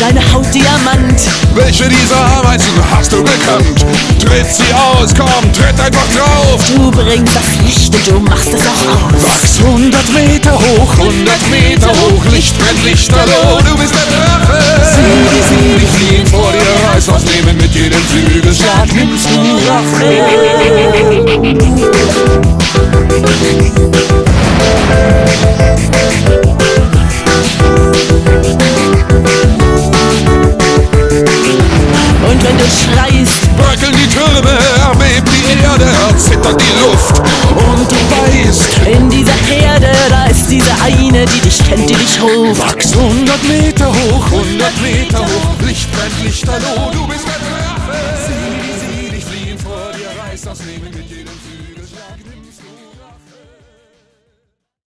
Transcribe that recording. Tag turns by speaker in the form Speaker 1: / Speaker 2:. Speaker 1: deine Haut Diamant.
Speaker 2: Welche dieser Ameisen hast du gekannt? Tritt sie aus, komm, tritt einfach drauf!
Speaker 1: Du bringst das Licht und du machst es auch aus.
Speaker 2: Wachs 100 Meter hoch, 100 Meter hoch, Licht brennt, Lichterloh, du bist der Drache! Siege, siege, fliehen vor dir, reiß was Leben mit jedem Flügelschlag, nimmst du Rache!
Speaker 1: Und wenn du schreist,
Speaker 2: Bröckeln die Türme, erbebt die Erde, erzittert die Luft und du weißt,
Speaker 1: in dieser Herde, da ist diese eine, die dich kennt, die dich ruft.
Speaker 2: Wachs 100 Meter hoch, 100 Meter hoch, Licht brennt, Lichterloh, du bist